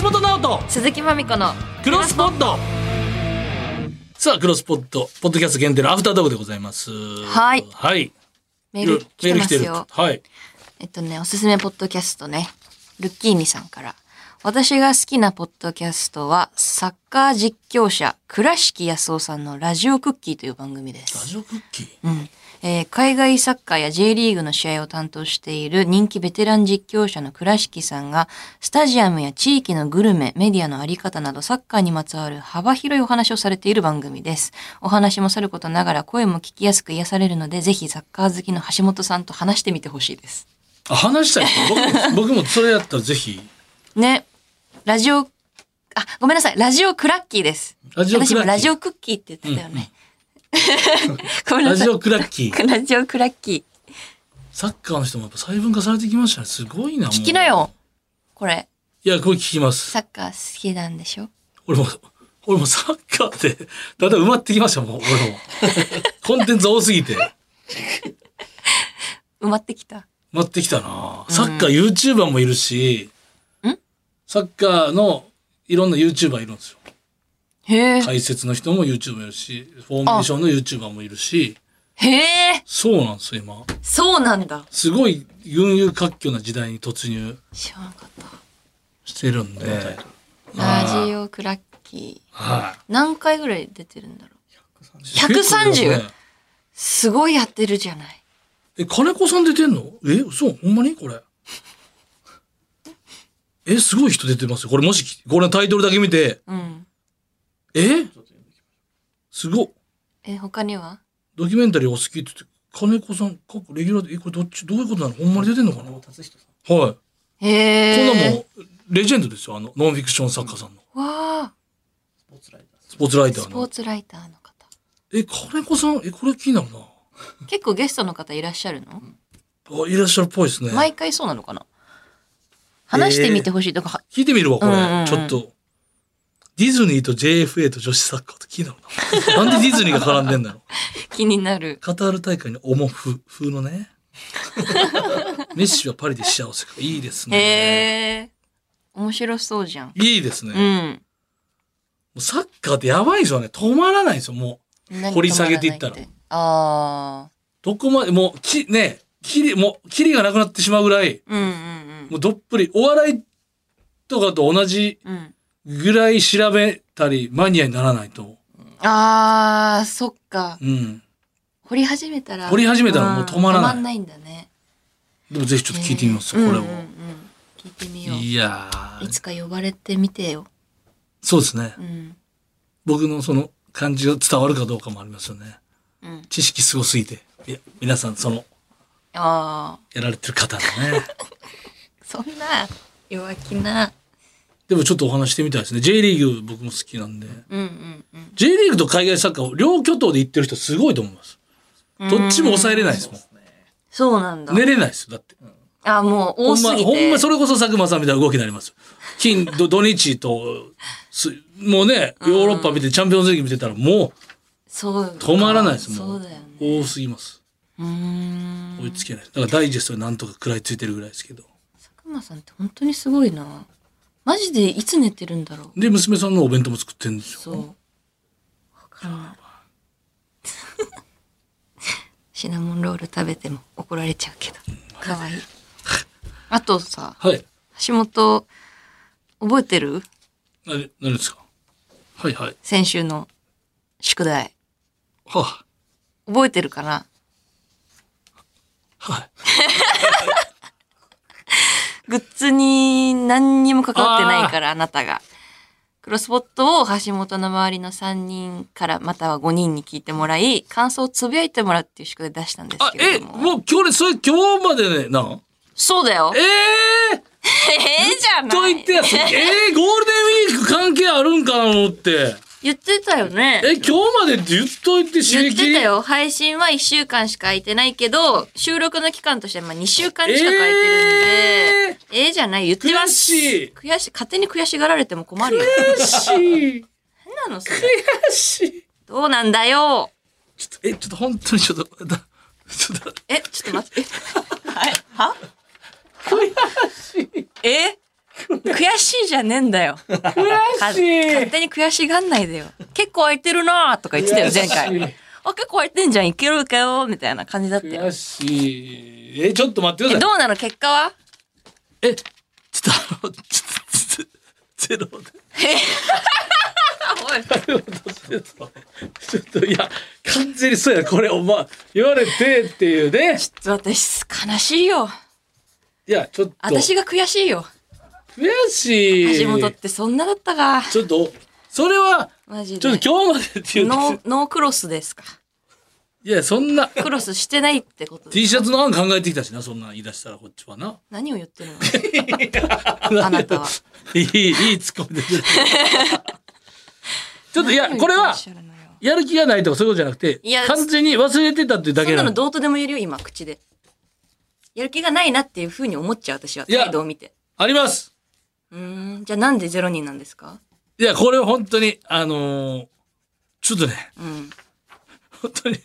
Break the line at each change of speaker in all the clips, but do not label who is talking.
橋本直人
鈴木まみこの
クロスポットさあクロスポットポッドキャスト限定のアフタートークでございます
はい
はい
メール来てますよ。
はい
えっとね、おすすめポッドキャストね。ルッキーニさんから。私が好きなポッドキャストは、サッカー実況者、倉敷康夫さんのラジオクッキーという番組で
ラ
す。
ジオクッキー
うん。えー海外サッカーや J リーグの試合を担当している人気ベテラン実況者の倉敷さんが、スタジアムや地域のグルメ、メディアのあり方などサッカーにまつわる幅広いお話をされている番組です。お話もさることながら声も聞きやすく癒されるので、ぜひサッカー好きの橋本さんと話してみてほしいです。
あ話したい僕 も僕もそれやったらぜひ
ね。ラジオ、あ、ごめんなさい。ラジオクラッキーです。
ラジオクラッキー
私もラジオクッキーって言ってたよね。 ごめん
ラ
なさ
ジ
い。
オクラッキー
ラジオクラッキ
サッカーの人もやっぱ細分化されてきましたねすごいなも
ー。
う
聞きなよ。これ、
いやこれ聞きます
サッカー好きなんでしょ
俺も俺もサッカーってだんだん埋まってきましたもん俺 もコンテンツ多すぎて
埋まってきた。
埋まってきたなサッカー YouTuber もいるし、
ん
サッカーのいろんな YouTuber いるんですよ
へえ。
解説の人も YouTuber いるしフォーメーションの YouTuber もいるし
へえ。
そうなんですよ今
そうなんだ。
すごい群雄割拠な時代に突入
知らなかった。
してるんで、
ラジオクラッキー。
は
何回ぐらい出てるんだろう。
い。
130すごいやってるじゃない。
え、金子さん出てんのえ、そう、ほんまにこれ。え、すごい人出てますよ。これもし、これタイトルだけ見て、
うん。
えすごい。
え、他には
ドキュメンタリーお好きって言って、金子さん、各レギュラーで、え、これどっち、どういうことなのほんまに出てんのかなはい。こ
へ
んな
え。
もう、レジェンドですよ。あの、ノンフィクション作家さんの。
わあ。
スポーツライタ
ス
ー
ポー
の。
ツライターの方。
え、金子さん、え、これ気になるな。
結構ゲストの方いらっしゃるの、
あ、いらっしゃるっぽいですね。
毎回そうなのかな話してみてほしいとか、
聞いてみるわ、これ。
うんうんうん
ちょっと。ディズニーと JFA と女子サッカーと気になるな。 なんでディズニーが絡んでんだろう。
気になる。
カタール大会に重ふ、風の ね。メッシはパリで幸せか。いいですね。
へえ。面白そうじゃん。
いいですね。
う
も
ん。
うサッカーってやばいですよね。止まらないですよ、もう。
何
掘り下げていったら
止まないってああ。
どこまで、もう、き、ね、きり、もう、きりがなくなってしまうぐらい、
うんうん
もうどっぷり、お笑いとかと同じ
うん。うん。
ぐらい調べたり、マニアにならないと。
ああ、そっか。
うん。
掘り始めたら。
掘り始めたらもう止まらない
ん止まんないんだね。
でもぜひちょっと聞いてみます、
へえ
これを。
うんうんうん聞いてみよう。
いやー
いつか呼ばれてみてよ。
そうですね
う。ん。
僕のその感じが伝わるかどうかもありますよね。
うん。
知識すごすぎて。いや、皆さんその、
ああ。
やられてる方の ね。
そんな、弱気な。
でもちょっとお話してみたいですね。J リーグ僕も好きなんで。
うんうんうん。
J リーグと海外サッカーを両巨頭で行ってる人すごいと思います。どっちも抑えれないですもん。
そうなんだ。
寝れないですよ、だって。
あ、もう
ほ
多
ん
す
ま、
ぎて。
ほんまそれこそ佐久間さんみたいな動きになりますよ。金、土土日と、すもうね、ヨーロッパ見てチャンピオンズリーグ見てたらも
そう
う止まらないですも
そ
ん。
うだよね。
多すぎます。
うーん。
追いつけない。だからダイジェストになんとか食らいついてるぐらいですけど。
佐久間さんって本当にすごいな。マジでいつ寝てるんだろ
で、娘さんのお弁当も作ってるんですよ。
う。そう。わからない。シナモンロール食べても怒られちゃうけど。かわいい。あとさ、
はい。
橋本、覚えてる
なに、何ですかはいはい。
先週の宿題。
は
覚えてるかな
あ、はい。
グッズに何にも関わってないから、あなたが。クロスポットを橋本の周りの3人から、または5人に聞いてもらい、感想をつぶやいてもらうっていう宿題出したんです
あ、
けれ
え、
ども。
もう今日、それ今日までね、なん
そうだよ。
え
え
え
えじゃ
ー、と
ない
言ってやつ、ええー、ゴールデンウィーク関係あるんかな思って。
言ってたよね。
え、今日までって言っといて刺激
言ってたよ。配信は1週間しか空いてないけど、収録の期間としてはまあ2週間しか空いてるんで、ええじゃない言ってます。
悔しい
悔しい。勝手に悔しがられても困るよ。
悔しい。
何なのそれ
悔しい。
どうなんだよ。
ちょっと、え、ちょっと本当にちょっと、だちょっと、
え、ちょっと待って。はい、は
悔しい。
え悔しいじゃねえんだよ。
悔しい
勝手に悔しがんないでよ。結構空いてるなーとか言ってたよ、前
悔し
回
い。
あ、結構空いてんじゃん、いけるかよ、みたいな感じだったよ。
悔しい。え、ちょっと待ってくだ
え
さい。
どうなの結果は
え、ちょっとあの、ちょっと、ゼロで。
あ、 おい。
ちょっと、いや、完全にそうやな、これ、お前、言われてっていうね。
私、悲しいよ。
いや、ちょっと、
私
悔
が悔しいよ。
しい。
橋本ってそんなだったか。
ちょっと、それは、
マジで。
ちょっと今日までっていう
ノー、ノークロスですか。
いや、そんな、
クロスしてないってことです
T シャツの案考えてきたしな、そんなん言い出したらこっちはな。
何を言ってる のあなたは。
いい、いいツッコミ で。ちょっと、いや、これは、
何を言ってらっしゃるのよ
やる気がないとかそういうことじゃなくて
いや、
完全に忘れてたっていうだ
そ
け
んな
なの
の。どうとでも言えるよ、今、口で。やる気がないなっていうふうに思っちゃう、私は。
いや
態度を見て。
あります。
うーん。じゃあなんでゼロ人なんですか
いや、これは本当に、あのーちょっとね、
うん。
本当に、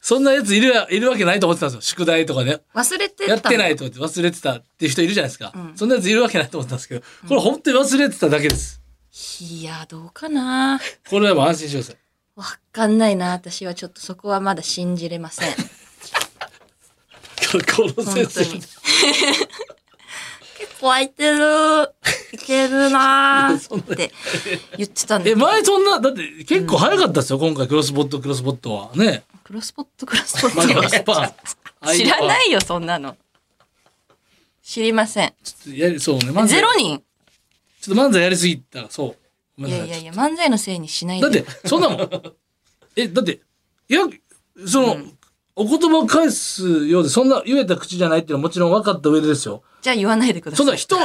そんなやついるや、いるわけないと思ってたんですよ。宿題とかね。
忘れてた。
やってないいと思って忘れてたっていう人いるじゃないですか。
うん
そんなやついるわけないと思ってたんですけど、これ本当に忘れてただけです。
いや、どうかな。
これはもう安心してください。
わかんないな、私はちょっとそこはまだ信じれません。
この
本
先
当
生
に。結構空いてる。いけるな ーって言ってたんで
え、。前そんな、だって結構早かったですよ、今回、クロスボット、クロスボットは。ね。
クロスポットクロスポ
まあ
ッ
ク
ト
ロスパン。
知らないいよ、そんなの。知りません。
やり、そうね、漫才。
ゼロ人
ちょっと漫才やりすぎたら、そう。ごめ
い
んな
や
さ
いやいや、漫才のせいにしないで。
だって、そんなもん。え、だって、いや、その、お言葉を返すようで、そんな言えた口じゃないっていうのはもちろん分かった上でですよ。
じゃあ言わないでくだ
そん
さ。
ない人、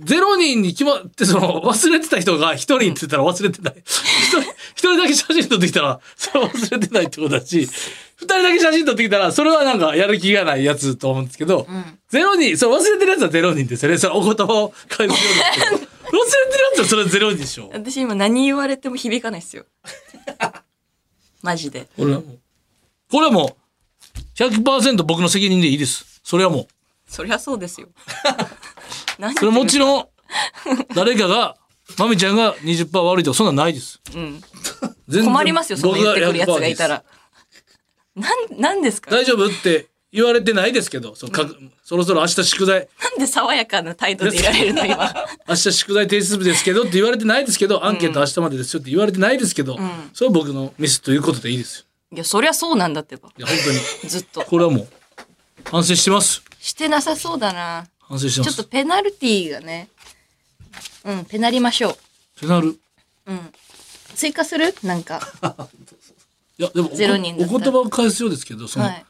ゼロ人に決まって、その、忘れてた人が一人って言ったら忘れてない。一、人、一人だけ写真撮ってきたら、それは忘れてないってことだし、二人だけ写真撮ってきたら、それはなんかやる気がないやつと思うんですけど、
ん
ゼロ人、それ忘れてるやつはゼロ人ですよね。それお言葉を返すようですけど忘れてるやつはそれはゼロ人でしょ。
私今何言われても響かないですよ。 マジで。
これはもう、これはもう、100%僕の責任でいいです。それはもう、
そりゃそうです よ。何
それもち
ろ
ろん、誰かが、まみちゃんが20%悪いとか、そんなんないです。
ん
全然
困りますよ、その言ってくるやつがいた。
僕100%
ら。なん、なんですか
で
な
す大丈夫って言われてないですけど、そのかそろそろ明日宿題、
んで爽やかな態度でいられるの今。
明日宿題提出部ですけどって言われてないですけど、アンケート明日までですよって言われてないですけど、それは僕のミスということでいいです
いや、そりゃそうなんだってば。
よ。いや、本当に。
ずっと。
これはもう、反省してます。
してなさそうだな。
反省してま
ちょっ
す。
とペナルティーがね。うん、ペナりましょう。
ペナル。
追加するなんか。
いや、でもおこ、
ゼロ人だった
お言葉を返すようですけど、その、
はい。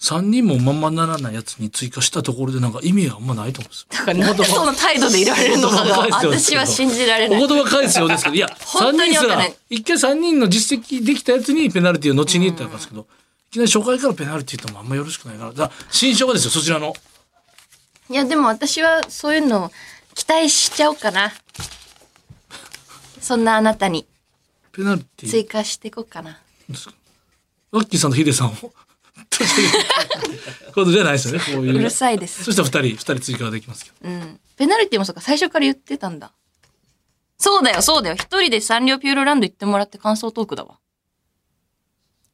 3人もまんまならないやつに追加したところでなんか意味があんまないと思うんです
だからなんでその態度でいられるのかが
お言葉返すようです
私
けど
は信じられない。
よ。お言葉返すようですけど、いや、
本
3
当に
人す
わからんない、
一回3人の実績できたやつにペナルティを後に言ったんですけど、いきなり初回からペナルティってのもあんまよろしくないから、だから新書がですよ、そちらの。
いやでも私はそういうのを期待しちゃおうかな。そんなあなたに
ペナルティ。
追加していこうかな。
ワッキーさんとヒデさんを。ということじゃない ですよね、こう
う
い
る
う。
さいです。
そしたら2人、二人追加ができますけど。
うん。ペナルティもそうか、最初から言ってたんだ。そうだよ、そうだよ。一人でサンリオピューロランド行ってもらって感想トークだわ。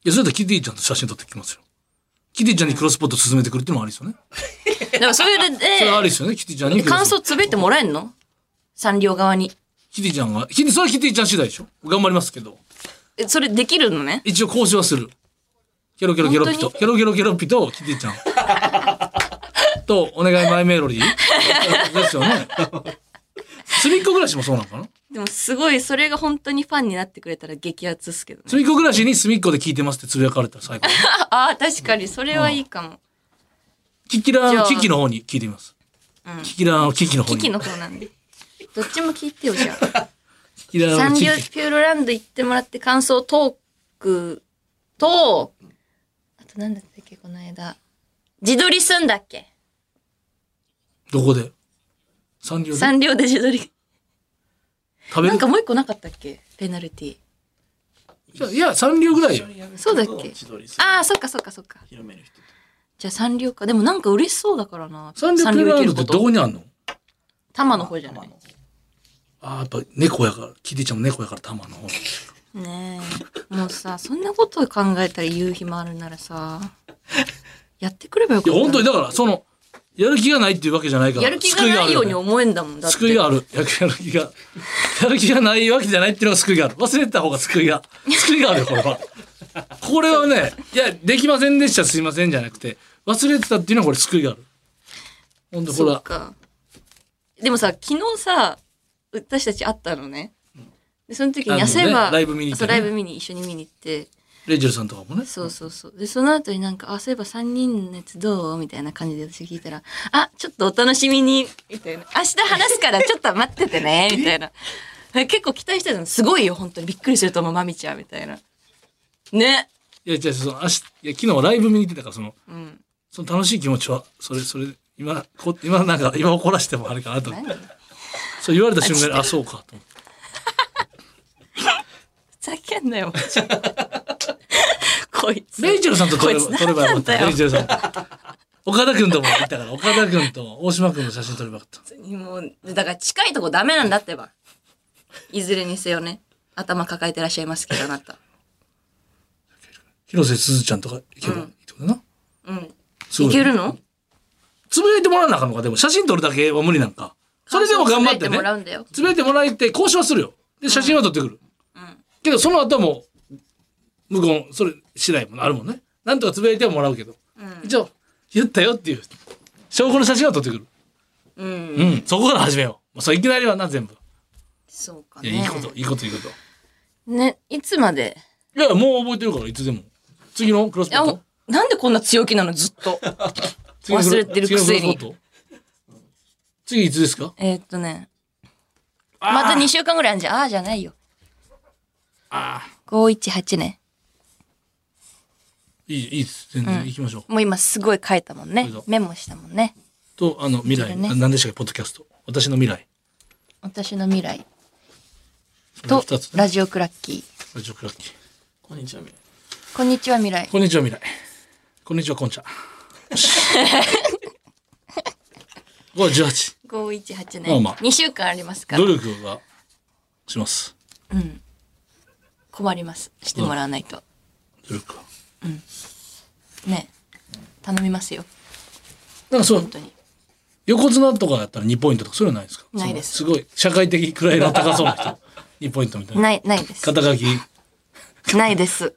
いや、それとキティちゃんと写真撮ってきますよ。キティちゃんにクロスポット進めてくるっていうのもありですよね。
だからそれで、
それはあ
で、
りですよね、キティちゃんにクロスポッ
感
ト
想つぶってもらえんのサンリオ側に。
キティちゃんが、キティ、それはキティちゃん次第でしょ頑張りますけど。
え、それできるのね。
一応交渉はする。ケロケロケロッピと、
本当に
ケロケロケロッピとキティ ちゃん。と、お願いマイメロディー。ですよね。すみっこ暮らしもそうなのかな
でもすごい、それが本当にファンになってくれたら激アツっすけどね。
すみっこ暮らしにすみっこで聞いてますってつぶやかれたら最高。
ああ、確かに、それはいいかも。
キキラ
じゃ
ー
あ
のキキの方に聞いてみます。
うん
キキラーのキキの方
キ
に。
キの方なんで。どっちも聞いてよ、じゃあ。
キキラ
サ
ー
ン
のキ
リオ
キ。
ピューロランド行ってもらって感想トークと、あと何だったっけ、この間。自撮りすんだっけ
どこでサンリオで
サンリオで自撮り。
食べ
なん
る
かもう一個なかったっけペナルティ。
いやいや、サンリオぐらいよ。
そうだっけああ、そっかそっかそっか。
広める人
じゃあサンリオか。でもなんか嬉しそうだからな。
サンリオピューロランドってど
サンリオ行
こにあんの
玉の方じゃない。
あーやっぱ猫やから、キティちゃんも猫やから玉の方。
ねえ。もうさ、そんなことを考えたら夕日もあるならさ、やってくればよ
い
かっ
や、
た。
本当にだから、その、やる気がないっていうわけじゃないから。
やる気がないように
思
思えんだもんだって。
救いがある。やる気が、やる気がないわけじゃないっていうのが救いがある。忘れてた方が救いが、救いがあるよ、これは。これはね、いや、できませんでした、すいませんじゃなくて、忘れてたっていうのはこれ救いがある。ほんと、これ
そっ
は。
か。でもさ、昨日さ、私たち会ったのね。で、その時に、
あのね
あ、そういえば、
ライブ見に行った
そう
ね
ライブ見に、一緒に見に行って、
レイジェルさんとかもね。
そうそうそう。で、その後になんか、あ、そういえば3人のやつどうみたいな感じで私聞いたら、あ、ちょっとお楽しみに、みたいな。明日話 すからちょっと待っててね、みたいな。結構期待してたの。すごいよ、本当に。びっくりすると思う、まみちゃん、みたいな。ね。
いや、じゃあ、その、明日、いや、昨日ライブ見に行ってたから、その、
うん。
その楽しい気持ちは、それ、それ、今、こ今なんか、今怒らせてもあれかなと思って。
何ふ
そう言われた瞬間に、あ、そうか、と思って。
ざけんなよ、マ ジでこいつ。
レイチェルさんと撮れば
こいつ
撮ればよかった。
何なんだよ
レイチェルさんと。岡田くんとも行ったから、岡田くんと大島くんの写真撮ればよかった。
もう、だから近いとこダメなんだってば。いずれにせよね。頭抱えてらっしゃいますけど、あなた。
広瀬すずちゃんとか行けばいいってことだな。
うん。
すご
い
い
けるの
つぶやいてもらわなあかんのか、でも写真撮るだけは無理なんか。それでも頑張って
感想を伝えて
ね
も。らうんだよ。
つぶやいてもらえて、交渉はするよ。で、写真は撮ってくる。
うん。
けど、その後はもう、向こうの、それ、次第もあるもんね。なんとかつぶやいてはもらうけど。
うん
一応、言ったよっていう、証拠の写真は撮ってくる。
うん。
うん、そこから始めよう。もうそういきなりはな、全部。
そうか
い
ね。
や、いいこと、いいこと、いいこと。
ね、いつまで
いや、もう覚えてるから、いつでも。次のクロス
い
ポッ
や、
ト
おなんでこんな強気なの、ずっと。
次のクロ
忘れてるくせに
次のクロスポット次いつですか
えーっとね。
ー
また2週間ぐらいあんじゃん。ああーじゃないよ。
ああ、
518ね。
いい、いいです。全然行きましょう。
もう今すごい書いたもんね
そう。
メモしたもんね。
と、あの、未
そ
来。
れね
な何でしたっけ、ポッドキャスト。私の未来。
私の未来と
と、二つね。
ラジオクラッキー。
ラジオクラッキー。
こんにちはみた
こんにちは、未来。
こんにちは、未来。こんにちは、こんちゃ。 これ18。
518ね。
まあまあ
2週間ありますから
努。力はします。
うん。困ります。してもらわないと。
努力は。
ね。頼みますよ。
なんかそう
本、当に。
横綱とかだったら2ポイントとか、そういうのないですか
ないです
そのすごい、社会的位の高そうな 人。2ポイントみたいな。
ない、 ないです。
肩書き。
ないです。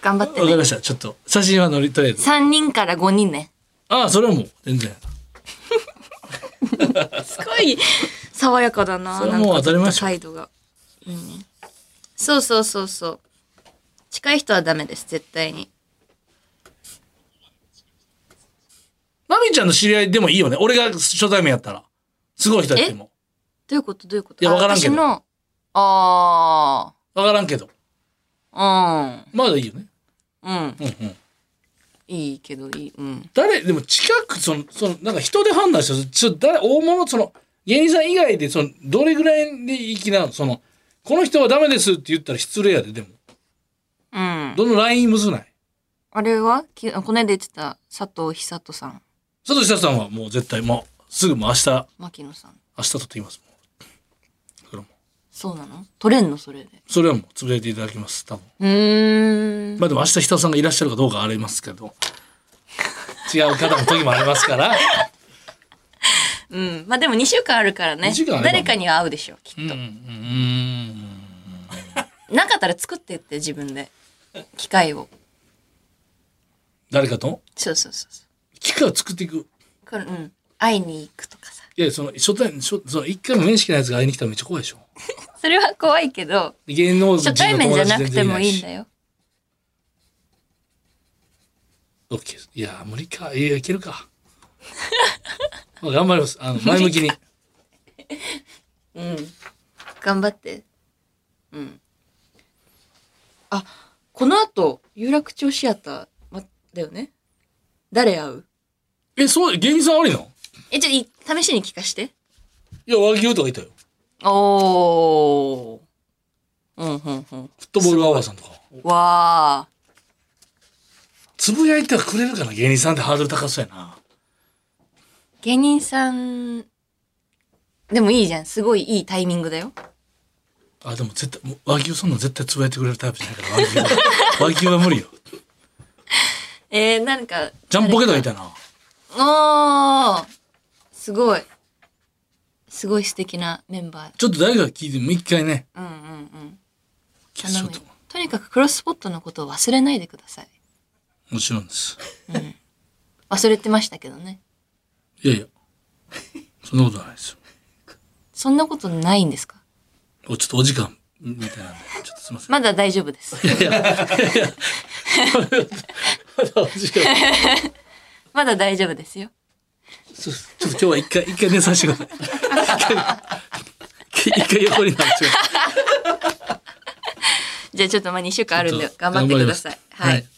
頑張って
わかり
ね。
ました。ちょっと、写真は乗りとりあえず。
3人から5人ね。
ああ、それはもう、全然。
すごい爽やかだな。
それはもう当たり前でしょ
なんかちょっと態度が。うん。そうそうそうそう。近い人はダメです、絶対に。
まみちゃんの知り合いでもいいよね。俺が初対面やったら。すごい人やっても。
どういうことどういうこ
い
と
やわからんけど
あ私の、あ
わからんけど。
あ、
まだいいよね。
うん、うん。
うんうん。
いいけど、いい、うん。
誰、でも近く、その、その、なんか人で判断してる、ちょ、誰、大物、その、芸人さん以外で、その、どれぐらいでいきなのその、この人はダメですって言ったら失礼やで、でも。
うん。
どのラインむずない
あれはきこの間言ってた佐藤久人さん、
佐藤久さんはもう絶対、もう、すぐもう明日、
牧野さん。
明日とってきますもん。だからもう
そうなの取れんのそれで。
それはもう、つぶやいていただきます、多分。
うーん。
まあでも明日人さんがいらっしゃるかどうかはありますけど。違う方の時もありますから。
うん。まあでも2週間あるからね
二週間あ。れば
誰かには会うでしょう、き
うん
っ
う
と。
ん。
なかったら作ってって、自分で。機械を。
誰かと
そうそうそうそ
機会を作っていく。
う。これ、うん。会いに行くとかさ。
いや、その、初対面、初その、一回も面識ないやつが会いに来たらめっちゃ怖いでしょ。
それは怖いけど、
で芸能人の
初対面
友
じ
達
ゃな
全
くて
然い
も
ない
い
し
ん。だよ。
オッケー。いやー、無理か。いや、いけるか。 まあ頑張ります。あの、前向きに。
うん。頑張って。うん。あ、この後、有楽町シアター、ま、だよね誰会う
え、そう、芸人さんありなの
え、ちょ、い試しに聞かして。
いや、和牛とかいたよ。
おー。うん、うん、うん。
フットボールアワーさんとか。
わ
つぶやいてはくれるかな芸人さんってハードル高そうやな。
芸人さん、でもいいじゃん。すごいいいタイミングだよ。
あ、でも絶対、もう和牛そんな絶対つぶやいてくれるタイプじゃないから、和牛は。和牛は無理よ。
えー、なんか。
ジャンポケとかいたな。
おーすごい。すごい素敵なメンバー。
ちょっと誰か聞いても一回ね、
うんうんうん。
聞いて
頼
ちょ
む
っと
よ。とにかくクロスポットのことを忘れないでください。
もちろんです。
忘れてましたけどね。
いやいや、そんなことないですよ。
そんなことないんですか
おちょっとお時間みたいなんで、ちょっとすみません。
まだ大丈夫 です。
お時間
まだ大丈夫ですよ。
そうですちょっと今日は一回、一回寝させてくだ さい。一回、一回横になってください
じゃあちょっとまあ2週間あるんで頑張ってください。
頑張ります
はい。